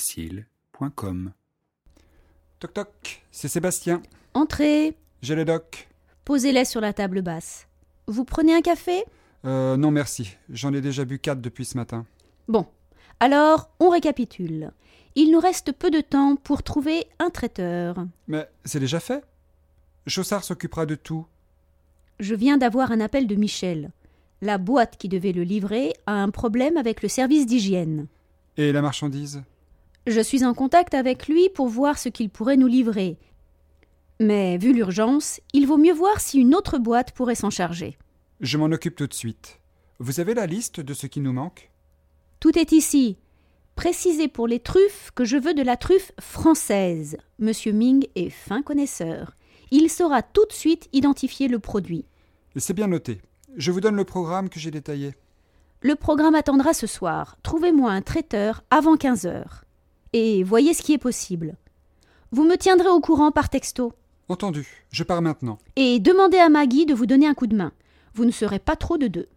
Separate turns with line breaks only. podcastfrancaisfacile.com.
Toc toc, c'est Sébastien.
Entrez,
J'ai le doc.
posez-les sur la table basse. Vous prenez un café
Euh, non merci, j'en ai déjà bu quatre depuis ce matin.
Bon, alors on récapitule. Il nous reste peu de temps pour trouver un traiteur.
Mais c'est déjà fait Chaussard s'occupera de tout.
Je viens d'avoir un appel de Michel. La boîte qui devait le livrer a un problème avec le service d'hygiène.
Et la marchandise
Je suis en contact avec lui pour voir ce qu'il pourrait nous livrer. Mais vu l'urgence, il vaut mieux voir si une autre boîte pourrait s'en charger.
Je m'en occupe tout de suite. Vous avez la liste de ce qui nous manque
Tout est ici. Précisez pour les truffes que je veux de la truffe française. Monsieur Ming est fin connaisseur. Il saura tout de suite identifier le produit.
C'est bien noté. Je vous donne le programme que j'ai détaillé.
Le programme attendra ce soir. Trouvez-moi un traiteur avant 15 heures. Et voyez ce qui est possible. Vous me tiendrez au courant par texto.
Entendu, je pars maintenant.
Et demandez à Maggie de vous donner un coup de main. Vous ne serez pas trop de deux.